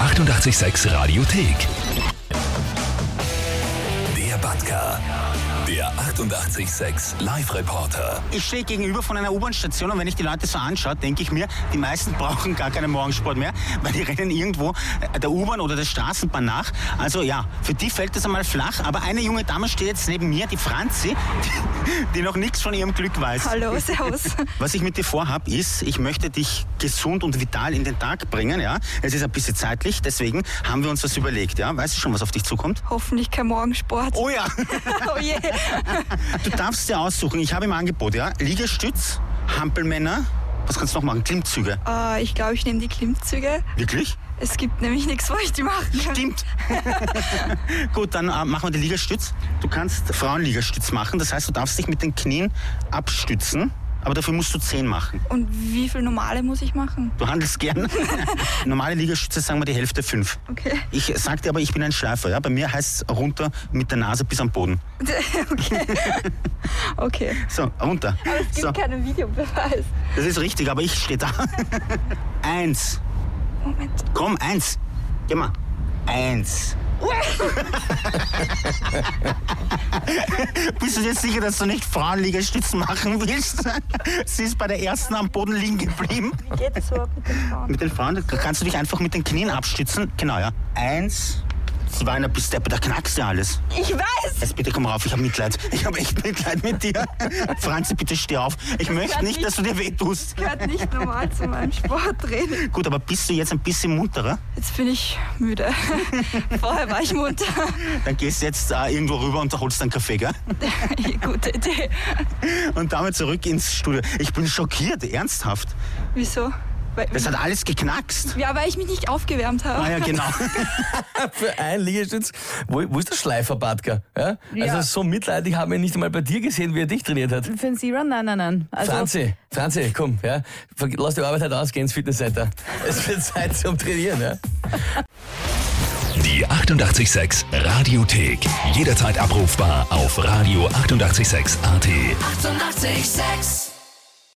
886 Radiothek. Der Batka. Der 886 Live-Reporter. Ich stehe gegenüber von einer U-Bahn-Station und wenn ich die Leute so anschaue, denke ich mir, die meisten brauchen gar keinen Morgensport mehr, weil die rennen irgendwo äh, der U-Bahn oder der Straßenbahn nach. Also ja, für die fällt das einmal flach. Aber eine junge Dame steht jetzt neben mir, die Franzi, die, die noch nichts von ihrem Glück weiß. Hallo, servus. Was ich mit dir vorhab, ist, ich möchte dich gesund und vital in den Tag bringen. Ja, es ist ein bisschen zeitlich, deswegen haben wir uns das überlegt. Ja, weißt du schon, was auf dich zukommt? Hoffentlich kein Morgensport. Oh ja. Oh je. Du darfst dir aussuchen. Ich habe im Angebot, ja, Liegestütz, Hampelmänner. Was kannst du noch machen? Klimmzüge. Äh, ich glaube, ich nehme die Klimmzüge. Wirklich? Es gibt nämlich nichts, wo ich die machen kann. Stimmt. Gut, dann äh, machen wir den Liegestütz. Du kannst Frauenliegestütz machen. Das heißt, du darfst dich mit den Knien abstützen. Aber dafür musst du 10 machen. Und wie viel normale muss ich machen? Du handelst gern. Normale Liegestütze sagen wir die Hälfte fünf. Okay. Ich sag dir aber, ich bin ein Schleifer. Ja? Bei mir heißt es runter mit der Nase bis am Boden. Okay. okay. So, runter. Es gibt So, keinen Videobeweis. das ist richtig, aber ich stehe da. Eins. Moment. Komm, eins. Geh mal. Eins. Bist du jetzt sicher, dass du nicht Frauenliegestützen machen willst? Sie ist bei der ersten am Boden liegen geblieben. Wie geht das überhaupt mit den Frauen? Mit den Frauen da kannst du dich einfach mit den Knien abstützen. Genau, ja. Eins, zwei, na bist du, da knackst du alles. Ich weiß! Jetzt bitte komm rauf, ich habe Mitleid. Ich habe echt Mitleid mit dir. Franzi, bitte steh auf. Ich möchte kann nicht, nicht. dass du dir wehtust. Gehört nicht normal zu meinem Sporttraining. Gut, aber bist du jetzt ein bisschen munterer? Jetzt bin ich müde. Vorher war ich munter. Dann gehst du jetzt äh, irgendwo rüber und holst einen Kaffee, gell? Gute Idee. Und damit zurück ins Studio. Ich bin schockiert, ernsthaft. Wieso? Weil, Das hat alles geknackst. ja, weil ich mich nicht aufgewärmt habe. Ah ja, genau. Für einen Liegestütz. Wo, wo ist der Schleifer, Batka? Ja? Ja. Also so mitleidig haben wir nicht einmal bei dir gesehen, wie er dich trainiert hat. Für den Zero? Nein, nein, nein. Also, Franzi, Franzi, komm, ja. Ver- Lass die Arbeit halt aus, geh ins Fitnesscenter. Es wird Zeit zum Trainieren, ja. Die 886 Radiothek. Jederzeit abrufbar auf radio886.at. 886! 886. 886